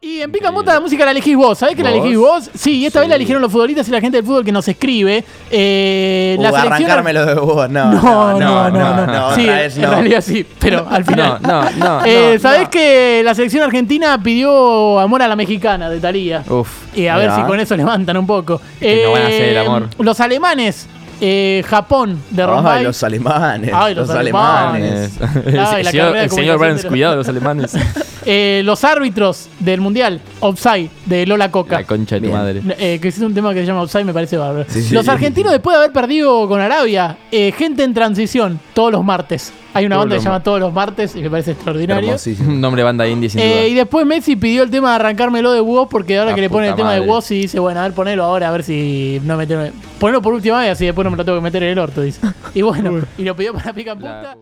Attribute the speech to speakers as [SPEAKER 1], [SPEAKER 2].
[SPEAKER 1] en Pica Mota la música la elegís vos. ¿Sabés que la
[SPEAKER 2] ¿Vos?
[SPEAKER 1] elegís vos? Sí, esta
[SPEAKER 2] Sí.
[SPEAKER 1] vez la eligieron los futbolistas y la gente del fútbol que nos escribe. Eh,
[SPEAKER 3] Uh,
[SPEAKER 1] la selección-
[SPEAKER 3] arrancármelo de vos, no.
[SPEAKER 1] No, no, no, no.
[SPEAKER 3] otra
[SPEAKER 1] sí,
[SPEAKER 3] vez
[SPEAKER 1] en
[SPEAKER 3] no.
[SPEAKER 1] realidad sí, pero al final.
[SPEAKER 2] No, no, no.
[SPEAKER 1] Eh,
[SPEAKER 2] no,
[SPEAKER 1] ¿Sabés
[SPEAKER 2] no.
[SPEAKER 1] que la selección argentina pidió amor a la mexicana de Talía?
[SPEAKER 2] Uf.
[SPEAKER 1] Y a ver
[SPEAKER 2] ahí
[SPEAKER 1] si
[SPEAKER 2] va.
[SPEAKER 1] con eso levantan un poco. Eh,
[SPEAKER 2] Que no van a hacer el amor.
[SPEAKER 1] Los alemanes, eh, Japón, de Rombay.
[SPEAKER 3] Ay, los alemanes.
[SPEAKER 1] Ay, los
[SPEAKER 3] los, alemanes.
[SPEAKER 2] Eh,
[SPEAKER 1] Ah, y
[SPEAKER 2] el
[SPEAKER 1] la
[SPEAKER 2] señor,
[SPEAKER 1] carrera de
[SPEAKER 2] el señor Burns,
[SPEAKER 1] comunicación,
[SPEAKER 2] cuidado, los alemanes.
[SPEAKER 1] Eh, los árbitros del Mundial, Offside, de Lola Coca.
[SPEAKER 2] La concha de tu
[SPEAKER 3] Bien.
[SPEAKER 2] madre.
[SPEAKER 1] Eh, que es un tema que se llama Offside, me parece bárbaro.
[SPEAKER 3] Sí, sí.
[SPEAKER 1] Los argentinos, después de haber perdido con Arabia, eh, gente en transición, todos los martes. Hay una
[SPEAKER 2] Todos
[SPEAKER 1] banda que
[SPEAKER 2] los
[SPEAKER 1] se llama Todos los martes y me parece extraordinario.
[SPEAKER 3] Hermosísimo.
[SPEAKER 2] Un nombre de banda indie, sin
[SPEAKER 1] Eh,
[SPEAKER 2] duda.
[SPEAKER 1] y después Messi pidió el tema de arrancármelo de Woz porque ahora
[SPEAKER 2] La
[SPEAKER 1] que le pone el
[SPEAKER 2] puta
[SPEAKER 1] tema de
[SPEAKER 2] madre.
[SPEAKER 1] Woz y dice, bueno, a ver, ponelo ahora, a ver si no meterme. Ponelo por última vez, así después no me lo tengo que meter en el orto, dice. Y bueno, y lo pidió para pica en punta.
[SPEAKER 2] La-